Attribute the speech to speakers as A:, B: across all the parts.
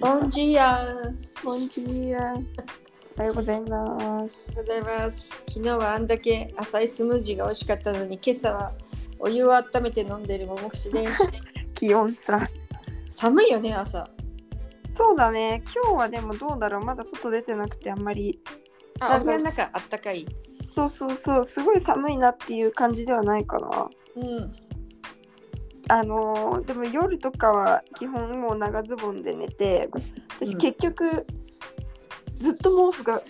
A: ボンジーアー
B: こんにちは。おはようございま
A: おは
B: す。
A: ようございます。昨日はあんだけ浅いスムージーが美味しかったのに、今朝はお湯を温めて飲んでるももくしです。
B: 気温さ。
A: 寒いよね、朝。
B: そうだね。今日はでもどうだろう。まだ外出てなくてあんまり。
A: あ、お部屋の中あったかい。
B: そうそうそう。すごい寒いなっていう感じではないかな。
A: うん。
B: あのーでも夜とかは基本もう長ズボンで寝て、
A: う
B: 私
A: ん
B: 結局、ずっと毛布が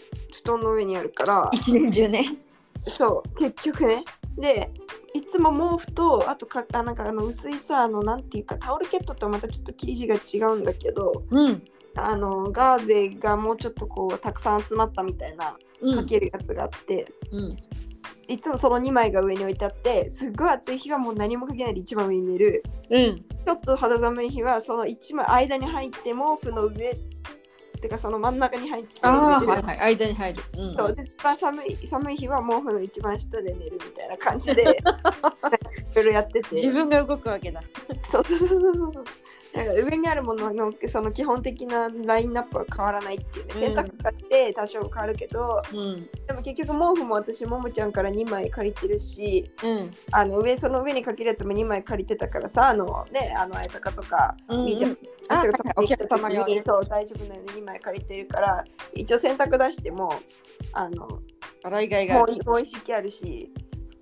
B: 布団の上にあるから、
A: 一年中ね。
B: そう、結局ね。で、いつも毛布と、あとか、あなんかあの薄いさ、あの、なんていうか、タオルケットとはまたちょっと生地が違うんだけど、
A: うん。
B: あのガーゼがもうちょっとこうたくさん集まったみたいな
A: う
B: か
A: ん。
B: けるやつがあって、
A: うん。
B: いつもその2枚が上に置いてあってすっごい暑い日はもう何もかけないで一番上に寝る
A: うん。
B: ちょっと肌寒い日はその1枚間に入って毛布の上てかその真ん中に入って寝る
A: ああ、はいはい。間に入る。う
B: そう
A: ん。
B: で一番寒い寒い日は毛布の一番下で寝るみたいな感 じでいろいろやってて
A: 自分が動くわけだ。
B: そう そうそうそうそうだから上にあるもののその基本的なラインナップは変わらないっていうね
A: うん
B: 洗濯機買って多少変わるけど、
A: うん。
B: でも結局毛布も私ももちゃんから2枚借りてるし
A: うん。
B: あの上その上にかけるやつも2枚借りてたからさあのねあのあやたかとか
A: うん
B: みーちゃん、
A: うんあ
B: あやたかとか
A: はいはいお客様用ね
B: そう大丈夫なので2枚借りてるから一応洗濯出してもあの
A: 洗いがいが
B: も
A: ある。
B: うもう意識あるし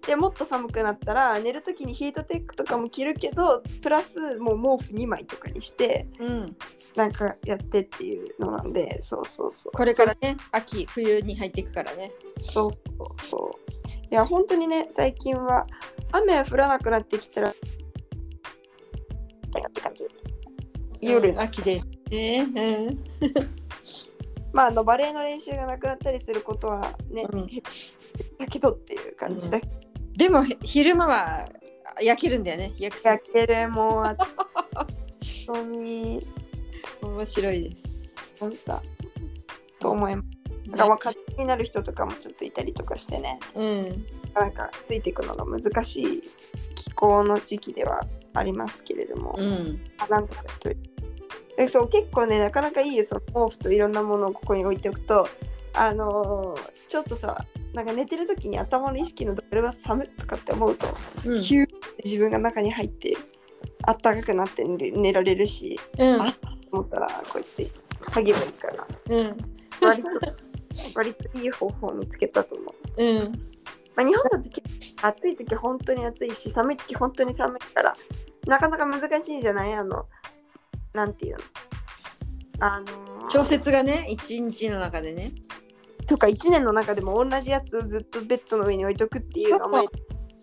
B: でもっと寒くなったら寝る時にヒートテックとかも着るけどプラスもう毛布2枚とかにして
A: うん。
B: なんかやってっていうのなんでそうそうそう
A: これからね、秋、冬に入っていくからね。
B: そうそうそういや本当にね最近は雨降らなくなってきたらみたいなって感じ夜
A: うん秋です。ね。うん。
B: まああのバレエの練習がなくなったりすることはね、
A: うん
B: だけどっていう感じだけど、
A: でもへ昼間はあ焼けるんだよね。焼き
B: やけるもう暑い本当に
A: 面白いです。
B: もうさと思いますだから若手になる人とかもちょっといたりとかしてね
A: うん。
B: なんかついていくのが難しい気候の時期ではありますけれども、
A: うん。
B: あなんとかというえそう結構ねなかなかいいよその毛布といろんなものをここに置いておくとあのーちょっとさなんか寝てる時に頭の意識のどれが寒いとかって思うと、
A: うん。
B: ヒューって自分が中に入ってあったかくなって寝れ寝られるし
A: うん
B: あ思ったらこうやって鍵もいいから
A: うん。
B: 割と割といい方法を見つけたと思う。
A: うん。
B: まあ、日本だと結構暑い時本当に暑いし寒い時本当に寒いからなかなか難しいじゃないあのなんていうのあのー
A: 調節がね、一日の中でね。
B: とか1年の中でも同じやつをずっとベッドの上に置いとくっていうのも
A: そう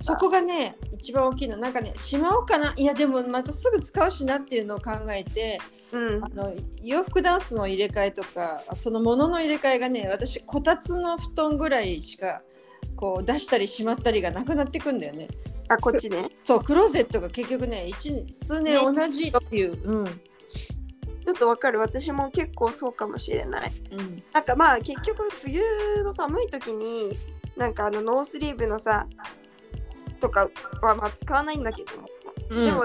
A: そこがね、一番大きいの。なんかね、しまおうかな。いや、でもまたすぐ使うしなっていうのを考えて、
B: うん
A: あの洋服ダンスの入れ替えとか、その物の入れ替えがね、私、こたつの布団ぐらいしか、こう出したりしまったりがなくなってくんだよね。
B: あこっちね
A: そう、クローゼットが結局ね、一通年同じっていう。うん。
B: ちょっとわかる私も結構そうかもしれない
A: うん。
B: なんかまあ結局冬の寒い時になんかあのノースリーブのさとかはまあ使わないんだけどもでも、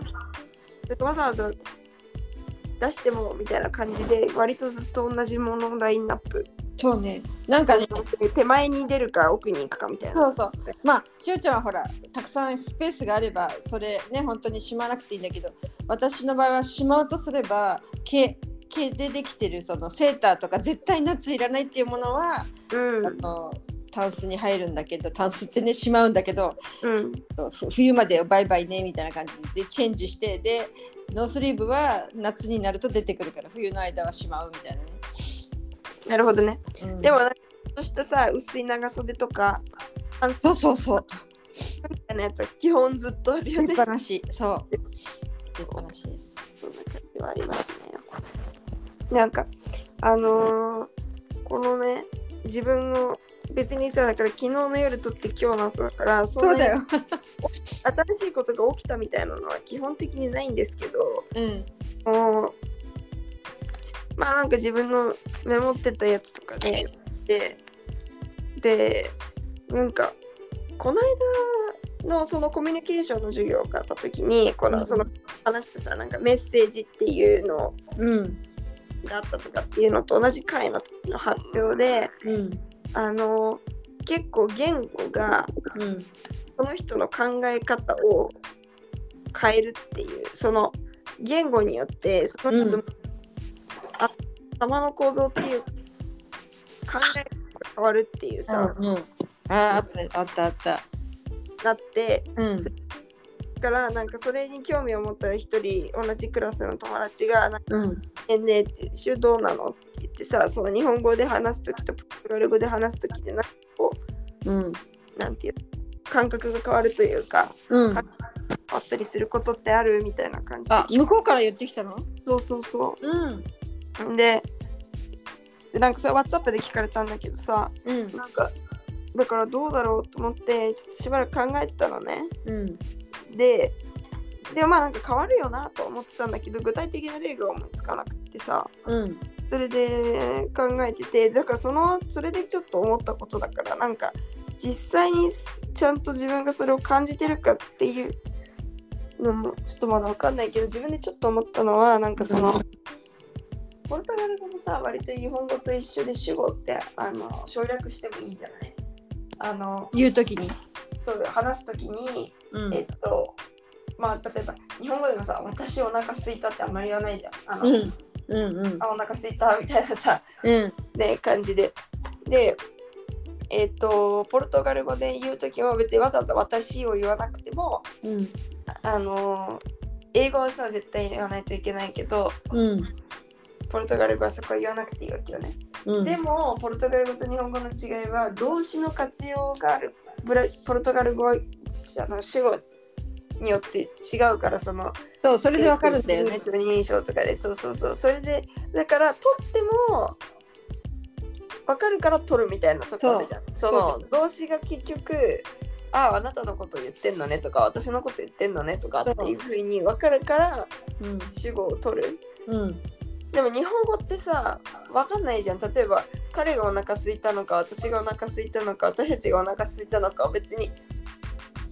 B: わざわざ出してもみたいな感じで割とずっと同じもののラインナップ
A: そうね。なんかね、
B: 手前に出るか奥に行くかみたいな
A: そうそう。まあ、しおちゃんはほら、たくさんスペースがあれば、それね、本当にしまなくていいんだけど、私の場合はしまうとすれば、毛、毛でできてるそのセーターとか、絶対夏いらないっていうものは、
B: うん
A: あの、タンスに入るんだけど、タンスってね、しまうんだけど、
B: うん
A: ふ冬までバイバイね、みたいな感じでチェンジして、で、ノースリーブは夏になると出てくるから、冬の間はしまうみたいなね。
B: なるほどね、
A: うん
B: でもなんかちょっとしたさ薄い長袖とか半袖
A: そうそうそう。
B: みたいなやつは基本ずっとあるよ
A: 出
B: ね
A: っ放し、そう。出っ放しです。
B: そんな感じはありますねなんかあのーこのね自分の別にさだから昨日の夜とって今日の朝だからそんなに。新しいことが起きたみたいなのは基本的にないんですけど
A: うん。
B: もうまあなんか自分のメモってたやつとかでででなんかこの間のそのコミュニケーションの授業があった時にこ
A: う
B: の
A: ん
B: その話したさなんかメッセージっていうの
A: うん。
B: があったとかっていうのと同じ回の時の発表で
A: うん
B: あの結構言語が
A: うん
B: その人の考え方を変えるっていうその言語によってその人の、
A: うん
B: あ頭の構造っていう考えが変わるっていうさ、
A: うんああったあったあった
B: なって
A: うん
B: だからなんかそれに興味を持った一人同じクラスの友達が「なんか
A: うん
B: ねえねえって「週どうなの?」って言ってさその日本語で話す時とポルトガル語で話す時でなんかこ
A: うん
B: うなんていう感覚が変わるというか
A: うん
B: あったりすることってあるみたいな感じで
A: あ向こうから言ってきたの
B: そうそうそ
A: うん
B: うででなんかさ WhatsApp で聞かれたんだけどさ
A: うん
B: なんかだからどうだろうと思ってちょっとしばらく考えてたのね
A: うん
B: ででもまあなんか変わるよなと思ってたんだけど具体的な例が思いつかなくってさ
A: うん
B: それで考えててだからそのそれでちょっと思ったことだからなんか実際にすちゃんと自分がそれを感じてるかっていうのもちょっとまだわかんないけど自分でちょっと思ったのはなんかそのポルトガル語もさ割と日本語と一緒で主語ってあの省略してもいいんじゃないあの
A: 言うときに
B: そう話す時に
A: う
B: えっと、まあ、例えば日本語でもさ、私お腹すいたってあんまり言わないじゃん。あの
A: うんうんうん
B: あお腹すいたみたいなさ、
A: うん
B: ね、感じで。で、えっと、ポルトガル語で言うときは別にわざわざ私を言わなくても、
A: うん
B: あの英語はさ、絶対言わないといけないけど、
A: うん
B: ポルトガル語はそこは言わなくていいわけよね。
A: うん
B: でも、ポルトガル語と日本語の違いは、動詞の活用がある。ブラポルトガル語はあの主語によって違うから、その、
A: そうそれでわかるんだよね
B: 一人称二人称とかで、そうそうそう。それで、だから、取っても、わかるから取るみたいなとこあるじゃん。そ
A: そう
B: の、動詞が結局、ああ、あなたのこと言ってんのねとか、私のこと言ってんのねとかっていうふうにわかるから、
A: うん
B: 主語を取る。
A: うん
B: でも日本語ってさ、わかんないじゃん。例えば、彼がお腹空いたのか、私がお腹空いたのか、私たちがお腹空いたのか、別に、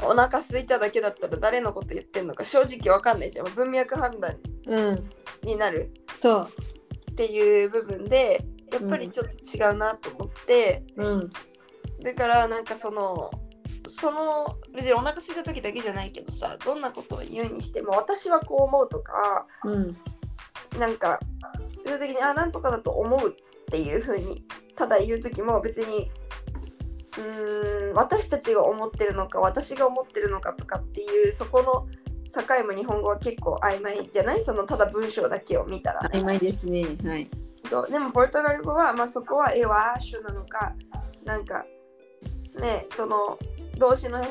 B: お腹空いただけだったら誰のこと言ってんのか、正直わかんないじゃん。文脈判断
A: うん
B: になる
A: そ
B: っていう部分でやっぱりちょっと違うなと思って、
A: ううん
B: だからなんかそのその別にお腹空いた時だけじゃないけどさどんなことを言うにしても私はこう思うとか
A: うん
B: なんかそういう時にあなんとかだと思うっていう風にただ言う時も別にうーん私たちが思ってるのか私が思ってるのかとかっていうそこの境も日本語は結構曖昧じゃないそのただ文章だけを見たら、
A: 曖昧ですねはい
B: そうでもポルトガル語は、まあ、そこはえはアシュなのかなんかねその動詞の変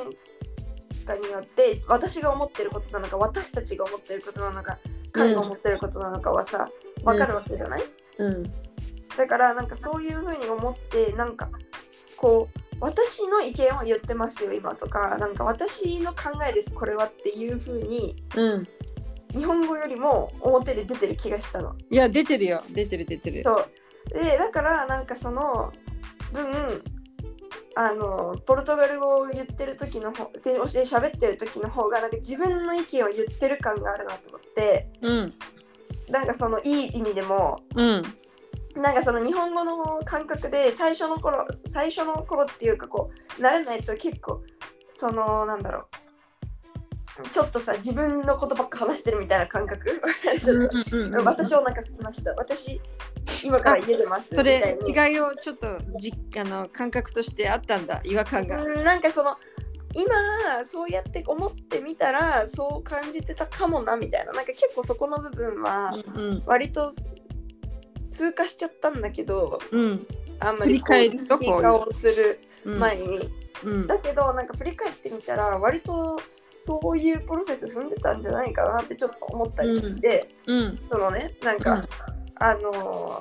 B: 化によって私が思ってることなのか私たちが思ってることなのか彼が思ってることなのかはさわかるわけじゃない、
A: うん
B: だからなんかそういうふうに思ってなんかこう私の意見を言ってますよ今とかなんか私の考えですこれはっていうふうに
A: うん
B: 日本語よりも表で出てる気がしたの。
A: いや出てるよ出てる出てる
B: そうでだからなんかその分あのポルトガル語を言ってる時の方で教え喋ってる時の方がなんか自分の意見を言ってる感があるなと思って
A: うん
B: なんかそのいい意味でも
A: うん
B: なんかその日本語の感覚で最初の頃最初の頃っていうかこう慣れないと結構そのなんだろうちょっとさ自分のことばっか話してるみたいな感覚 ちょっと私お腹空きました私今から家出ます
A: そ
B: みたい
A: れ
B: な
A: 違いをちょっと実あの感覚としてあったんだ違和感が
B: うん、なんかその今そうやって思ってみたらそう感じてたかもなみたいななんか結構そこの部分は
A: うん
B: 割と通過しちゃったんだけど
A: うん
B: あんまりこう
A: 振り返
B: 意
A: るとこう
B: 識化をする
A: うん
B: 前に、
A: うん
B: だけどなんか振り返ってみたら割とそういうプロセス踏んでたんじゃないかなってちょっと思ったりして、
A: うん
B: そのねなんか、あの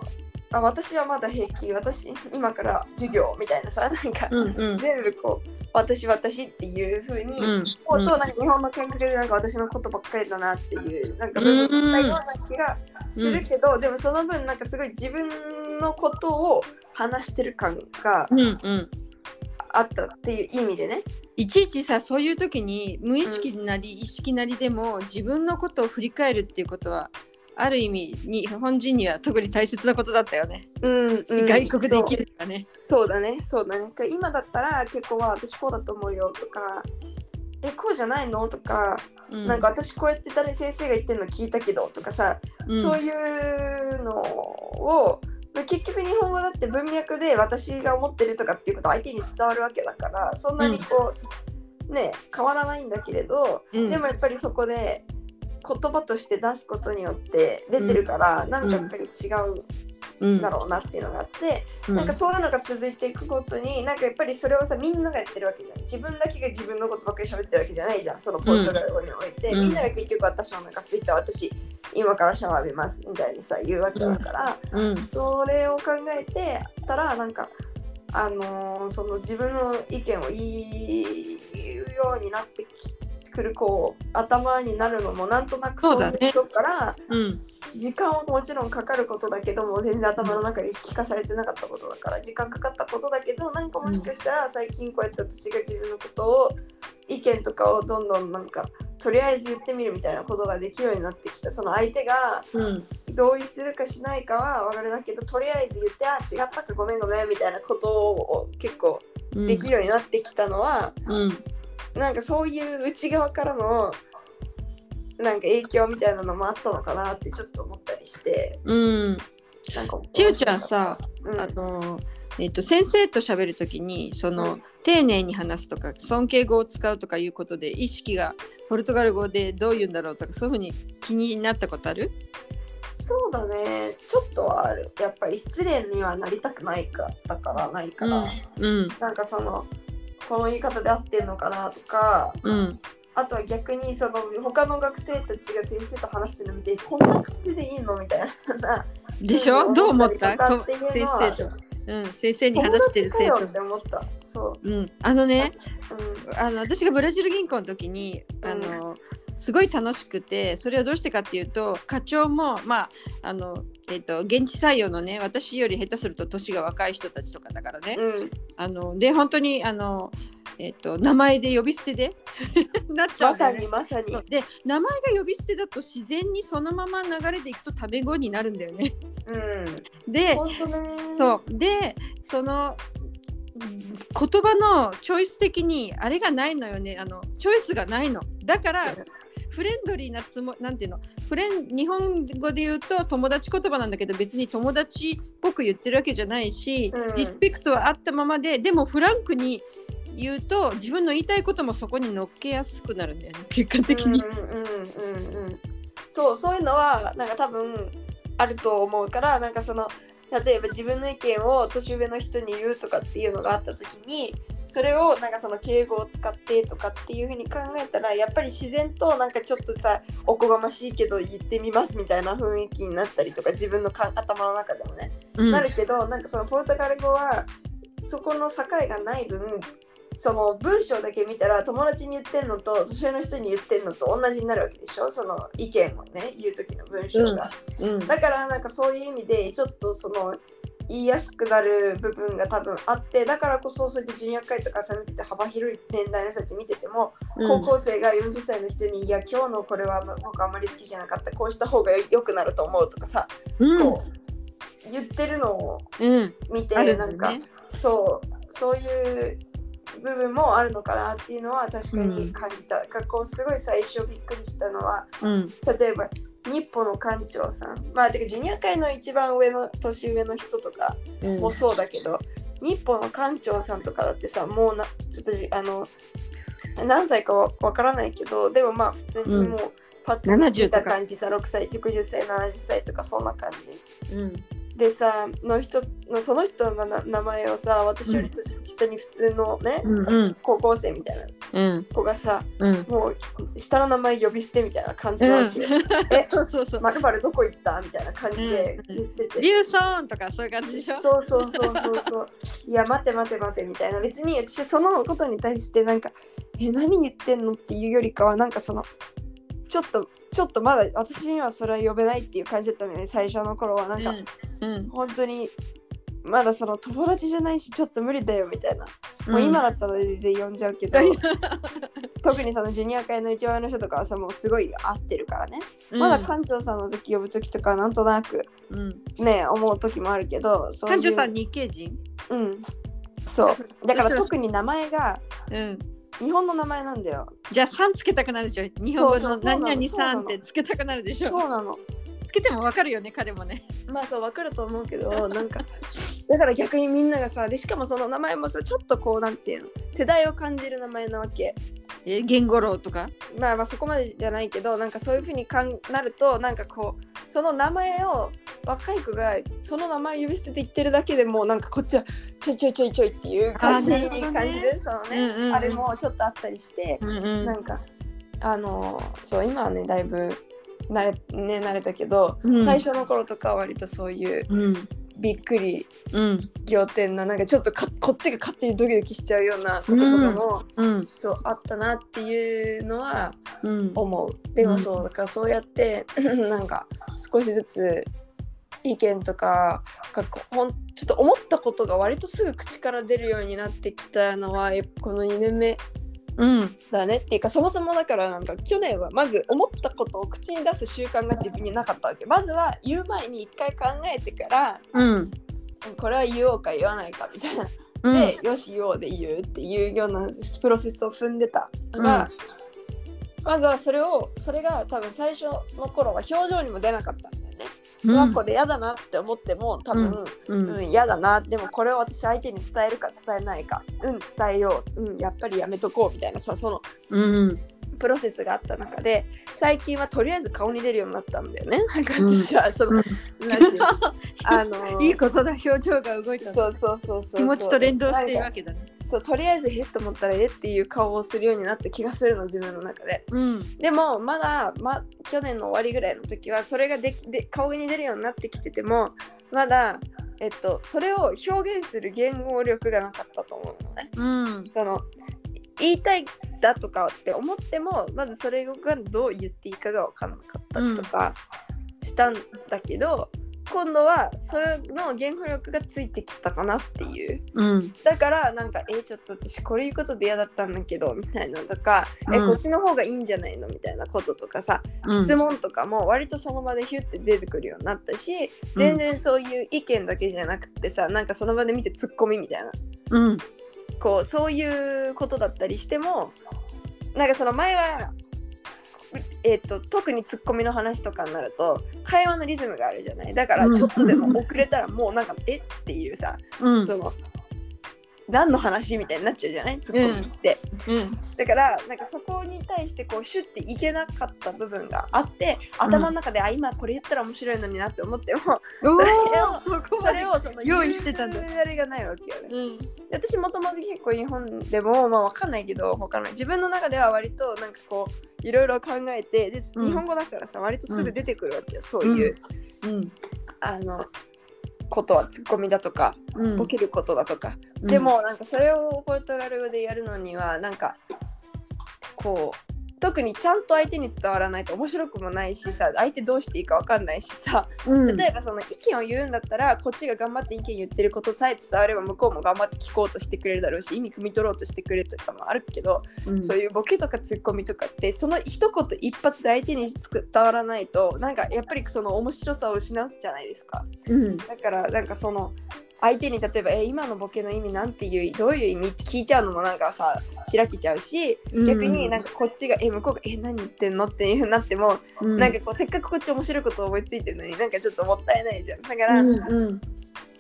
B: ーあ私はまだ平気私今から授業みたいなさなんか、
A: うんうん
B: 全部こう私私っていう風に、
A: うん
B: こうと
A: う
B: なんか日本の感覚でなんか私のことばっかりだなっていうなんか部分だったような気がするけど、でもその分なんかすごい自分のことを話してる感が
A: んうんうん
B: あったっていう意味でね。
A: いちいちさそういう時に無意識なり意識なりでも自分のことを振り返るっていうことはある意味に日本人には特に大切なことだったよね、
B: うん、うん
A: 外国で生き
B: そう
A: るとかね
B: そうだねそうだね今だったら結構は私こうだと思うよとかえこうじゃないのとか、
A: う
B: なんか、私こうやって誰先生が言ってるの聞いたけどとかさ、
A: うん
B: そういうのをまあ結局日本語だって文脈で私が思ってるとかっていうことは相手に伝わるわけだからそんなにこう、ね変わらないんだけれど、
A: うん
B: でもやっぱりそこで言葉として出すことによって出てるから、なんかやっぱり違うんだろうなっていうのがあって、
A: うん
B: なんかそういうのが続いていくごとになんかやっぱりそれをさみんながやってるわけじゃん自分だけが自分のことばっかり喋ってるわけじゃないじゃんそのポルトガル語において、
A: うん
B: みんなが結局私お腹すいた私今からシャワー浴びますみたいにさ言うわけだから、
A: うん
B: それを考えてたらなんかあのーその自分の意見を言い言うようになってきくるこう頭になるのもなんとなく
A: そ
B: そううい
A: だね
B: うことから、
A: うん
B: 時間はもちろんかかることだけども全然頭の中で意識化されてなかったことだから時間かかったことだけどなんかもしかしたら最近こうやって私が自分のことを意見とかをどんどんなんかとりあえず言ってみるみたいなことができるようになってきたその相手が
A: うん
B: 同意するかしないかは分かるだけどとりあえず言ってあ違ったかごめんごめんみたいなことを結構
A: うん
B: できるようになってきたのは、
A: うん
B: なんかそういう内側からのなんか影響みたいなのもあったのかなってちょっと思ったりして。
A: うん
B: なんか
A: ちゆちゃん、さ
B: うん、
A: あのえっと先生と喋るときにその、
B: うん
A: 丁寧に話すとか尊敬語を使うとかいうことで意識がポルトガル語でどういうんだろうとかそういうふうに気になったことある
B: そうだねちょっとはあるやっぱり失礼にはなりたくないかだからないから、
A: うん
B: なんかそのこの言い方で合ってんのかなとか
A: うん
B: あとは逆にその他の学生たちが先生と話してるの見てこんな感じでいいのみたいな
A: でしょどう思った
B: こ
A: こ先生と、うん、先生に
B: 友
A: 話してる
B: 達か
A: 生
B: よ
A: 徒
B: って思ったそう、
A: うん、あの ね
B: うん、
A: あの私がブラジル銀行の時にあの、すごい楽しくてそれはどうしてかっていうと課長もまああの、えっと現地採用のね私より下手すると年が若い人たちとかだからね、
B: うん、
A: あので本当にあの、えっと名前で呼び捨てで なっちゃう
B: ま
A: んだ
B: さ
A: よね
B: にまさに
A: そうで名前が呼び捨てだと自然にそのまま流れていくとタメ語になるんだよね。
B: う
A: で
B: ん本当ね
A: そうでその言葉のチョイス的にあれがないのよねあのチョイスがないのだからフレンドリーなつもなんていうのフレン日本語で言うと友達言葉なんだけど別に友達っぽく言ってるわけじゃないし、
B: うん
A: リスペクトはあったままででもフランクに言うと自分の言いたいこともそこに乗っけやすくなるんだよね結果的に。
B: うんうんうんうんうんそうそういうのはなんか多分あると思うからなんかその例えば自分の意見を年上の人に言うとかっていうのがあった時にそれをなんかその敬語を使ってとかっていうふうに考えたらやっぱり自然となんかちょっとさおこがましいけど言ってみますみたいな雰囲気になったりとか自分のか頭の中でもね
A: うん
B: なるけど、なんかそのポルトガル語はそこの境がない分その文章だけ見たら友達に言ってんのと年上の人に言ってんのと同じになるわけでしょその意見をね言う時の文章が、
A: うん
B: だからなんかそういう意味でちょっとその言いやすくなる部分が多分あってだからこそそれでジュニア会とかさ見てて幅広い年代の人たち見てても高校生が40歳の人に「いや今日のこれは僕あんまり好きじゃなかったこうした方が良くなると思う」とかさ、
A: うん
B: こう言ってるのを
A: うん
B: 見て、
A: あるんだ
B: な
A: よ
B: んか
A: ね
B: そうそういう部分もあるのかなっていうのは確かに感じた、学校すごい最初びっくりしたのは
A: うん
B: 例えば日報の館長さんまあてかジュニア界の一番上の年上の人とか
A: うん
B: もそうだけど、日報の館長さんとかだってさもうなちょっとじあの何歳かはわからないけどでもまあ普通にもうパッと
A: 70と
B: 見た
A: か
B: 感じさ6歳60歳70歳とかそんな感じ。
A: うん
B: でさの人のその人のな名前をさ私より年下に普通のね、
A: うん
B: 高校生みたいな
A: うん
B: 子がさ
A: うん
B: もう下の名前呼び捨てみたいな感じなわけよ。え
A: そうそうそう
B: まるまるどこ行ったみたいな感じで
A: うん
B: 言ってて。
A: リュウソンとかそういう感じでしょ
B: そうそうそうそうそういや待て待て待てみたいな別に私そのことに対してなんかえ何言ってんのっていうよりかはなんかそのちょっとちょっとまだ私にはそれは呼べないっていう感じだったのね最初の頃はなんか、
A: うんうん
B: 本当にまだその友達じゃないしちょっと無理だよみたいな、もう今だったら全然呼んじゃうけど特にそのジュニア界の一応の人とかはさもうすごい合ってるからね、
A: うん
B: まだ館長さんの時呼ぶ時とかなんとなく
A: うん
B: ね思う時もあるけどそういう
A: 館長さん日系人
B: うんそうだから特に名前が
A: うん
B: 日本の名前なんだよ
A: じゃあ3つけたくなるでしょ日本語の何々さんってつけたくなるでし
B: そう
A: ょ
B: なの
A: つけてもわかるよね彼もね
B: まあそう分かると思うけ どなんかだから逆にみんながさでしかもその名前もさちょっとこうなんていうの世代を感じる名前なわけ
A: え言語論とか
B: まあまあそこまでじゃないけどなんかそういうふうにかんなるとなんかこうその名前を若い子がその名前呼び捨てて言ってるだけでもうなんかこっちはちょいちょいちょいちょいっていう感じ
A: あーなるほ
B: に
A: どね
B: 感じるそのね、
A: うんうんうん
B: あれもちょっとあったりして、
A: うん
B: なんかあのそう今はねだいぶ慣れ,、ね、慣れたけど、
A: うん
B: 最初の頃とかは割とそういう
A: うん
B: びっくり
A: うん
B: 仰天ななんかちょっとかこっちが勝手にドキドキしちゃうようなこととかも、
A: うん
B: そうあったなっていうのは
A: うん
B: 思うで
A: う
B: も
A: ん
B: そうだからそうやって なんか少しずつ意見とかがこうほんちょっと思ったことが割とすぐ口から出るようになってきたのはやっぱこの2年目
A: うん
B: だねっていうかそもそもだからなんか去年はまず思ったことを口に出す習慣が自分になかったわけまずは言う前に一回考えてから
A: うん
B: これは言おうか言わないかみたいな
A: うん
B: で、よしようで言うっていうようなプロセスを踏んでた
A: うん
B: が、まずはそれをそれが多分最初の頃は表情にも出なかったんだよね。
A: う
B: うんわこれ嫌だなって思っても多分、
A: う
B: うん
A: ん
B: 嫌だなでもこれを私相手に伝えるか伝えないかうん伝えよううんやっぱりやめとこうみたいなさその
A: うん
B: プロセスがあった中で最近はとりあえず顔に出るようになったんだよね。なんか
A: うん
B: 私はその、
A: うん
B: なんていうのあの
A: いいことだ表情が動いた
B: そうそうそうそう
A: 気持ちと連動してい
B: なん
A: る
B: か
A: わけだね
B: そうとりあえずへっと思ったらえっていう顔をするようになった気がするの自分の中で
A: うん
B: でもまだ、ま、去年の終わりぐらいの時はそれができで顔に出るようになってきててもまだ、えっと、それを表現する言語力がなかったと思うのね
A: うん
B: その言いたいだとかって思ってもまずそれがどう言っていいかが分からなかったりとかしたんだけど、今度はそれの言語力がついてきたかなっていう
A: うん
B: だからなんか「えちょっと私これいうことで嫌だったんだけど」みたいなのとか「
A: うん
B: えこっちの方がいいんじゃないの?」みたいなこととかさ、質問とかも割とその場でヒュッて出てくるようになったし全然そういう意見だけじゃなくってさなんかその場で見てツッコミみたいな
A: うん
B: こうそういうことだったりしてもなんかその前は。えっと特にツッコミの話とかになると会話のリズムがあるじゃないだから
A: うん
B: ちょっとでも遅れたらもうなんか「えっ?」ていうさ
A: うん
B: その何の話みたいになっちゃうじゃないツッコミって、
A: うん
B: だからなんかそこに対してこうシュッていけなかった部分があって頭の中で、あ今これ言ったら面白いのになって思っても
A: お
B: それ
A: ー
B: を
A: そこ
B: そ
A: まで
B: れをそ の
A: 用意してたんだ
B: 言うあれがないわけよね
A: うん
B: で私もともと結構日本でもまあわかんないけど他の自分の中では割となんかこういろいろ考えてで
A: うん
B: 日本語だからさ割とすぐ出てくるわけよ、そういう、
A: うん
B: あのことはツッコミだとか
A: うん
B: ボケることだとか、でもなんかそれをポルトガル語でやるのにはなんかこう特にちゃんと相手に伝わらないと面白くもないしさ相手どうしていいか分かんないしさ
A: うん
B: 例えばその意見を言うんだったらこっちが頑張って意見言ってることさえ伝われば向こうも頑張って聞こうとしてくれるだろうし意味汲み取ろうとしてくれるとかもあるけど
A: うん
B: そういうボケとかツッコミとかってその一言一発で相手に伝わらないとなんかやっぱりその面白さを失うじゃないですか。
A: うん
B: だからなんかその相手に例えば「え今のボケの意味なんていうどういう意味?」って聞いちゃうのもなんかさしらけちゃうし
A: うん
B: 逆になんかこっちが「え向こうがえ何言ってんの?」っていうふうになっても、
A: うん
B: なんかこうせっかくこっち面白いこと思いついてるのになんかちょっともったいないじゃんだから、
A: うんうん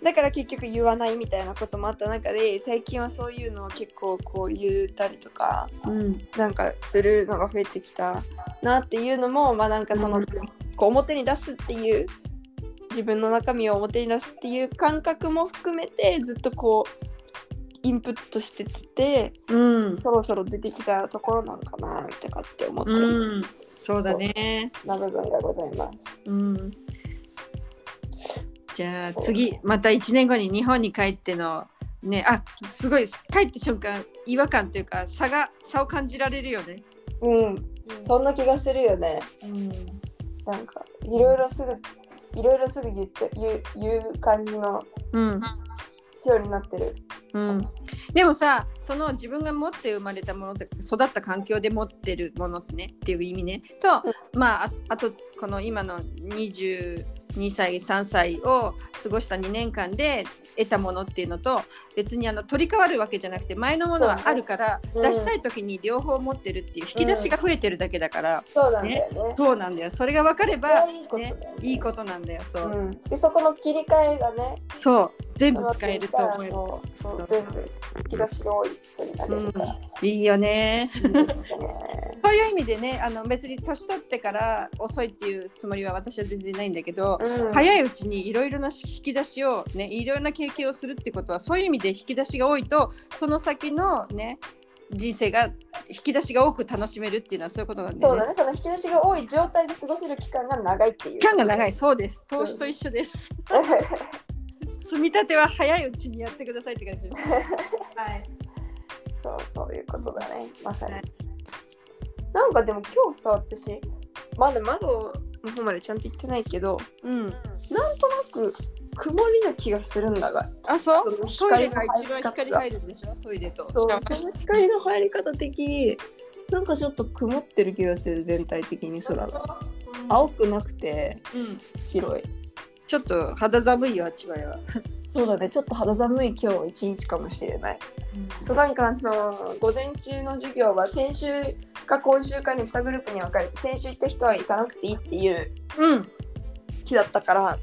B: だから結局言わないみたいなこともあった中で最近はそういうのを結構こう言ったりとか
A: うん
B: なんかするのが増えてきたなっていうのもまあなんかそ
A: う
B: の、
A: ん
B: こう表に出すっていう自分の中身を表に出すっていう感覚も含めてずっとこうインプットしてきて
A: うん
B: そろそろ出てきたところなのかなとかって思ったりし
A: うんそうだね
B: な部分がございます。
A: うんじゃあ次また1年後に日本に帰ってのねあすごい帰った瞬間違和感というか差が差を感じられるよね
B: うん、そんな気がするよね。
A: うん
B: なんかいろいろすぐいろいろすぐ言っちゃ言う言う感じの
A: うん
B: 仕様になってる。
A: うんでもさその自分が持って生まれたものと育った環境で持ってるものってねっていう意味ねと、まあああとこの今の22歳3歳を過ごした2年間で得たものっていうのと別にあの取り替わるわけじゃなくて前のものはあるから、
B: うん
A: 出したい時に両方持ってるっていう引き出しが増えてるだけだから、
B: そうなんだよね。
A: そうなんだよそれが分かれ
B: それ
A: ば
B: はいいことだよね
A: いいことなんだよそう、
B: うん、でそこの切り替えがね、
A: そう全
B: う
A: 部
B: まく
A: 使え
B: いっ
A: る
B: た
A: と
B: ら
A: 思う
B: そうそう全部引き出しの多い人になれるから。
A: いいよね
B: いいですね
A: そういう意味でねあの別に年取ってから遅いっていうつもりは私は全然ないんだけど、
B: うん
A: 早いうちにいろいろな引き出しをねいろいろな経験をするってことはそういう意味で引き出しが多いとその先のね人生が引き出しが多く楽しめるっていうのはそういうことなんだ
B: そ
A: よ
B: うだ
A: ね。
B: ね、その引き出しが多い状態で過ごせる期間が長いっていう。
A: 期間が長い。そうです投資と一緒です。積み立ては早いうちにやってくださいって感じです。はい。
B: そう、そういうことだね、まさに。なんかでも今日さ、私、まだ窓の方までちゃんと行ってないけど、
A: うん。
B: なんとなく曇りな気がするんだが、
A: あそう。
B: そ
A: ト
B: の
A: イレ
B: 光の
A: が
B: 入り
A: 一番
B: 方
A: 光入るんでしょトイレと。
B: そ
A: シ
B: う、
A: ャワー
B: その光の入り方的に、なんかちょっと曇ってる気がする、全体的に空が。
A: うん
B: 青くなくて
A: うん。
B: 白い。
A: ちょっと肌寒いよあっちはよ。
B: そうだね、ちょっと肌寒い今日一日かもしれない。そうなんかあの午前中の授業は先週か今週かに2グループに分かれて先週行った人は行かなくていいっていう
A: うん。
B: 日だったから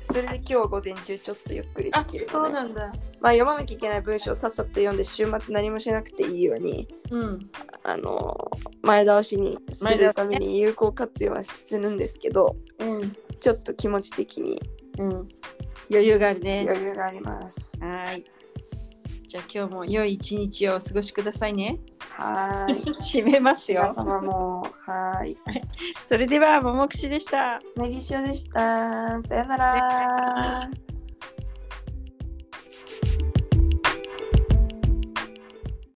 B: それで今日は午前中ちょっとゆっくりで
A: あ
B: きる、ね、
A: そうなんだ。
B: まあ読まなきゃいけない文章をさっさと読んで週末何もしなくていいように
A: うん。
B: あの前倒しにするために有効活用はしてるんですけど
A: うん。
B: ちょっと気持ち的に
A: うん。余裕があるね。
B: 余裕があります。
A: はい。じゃあ今日も良い一日をお過ごしくださいね。
B: はーい。
A: 締めます
B: 皆
A: よ。
B: 様もはーい。
A: それでは、ももくしでした。
B: ネギ塩でした。さよなら。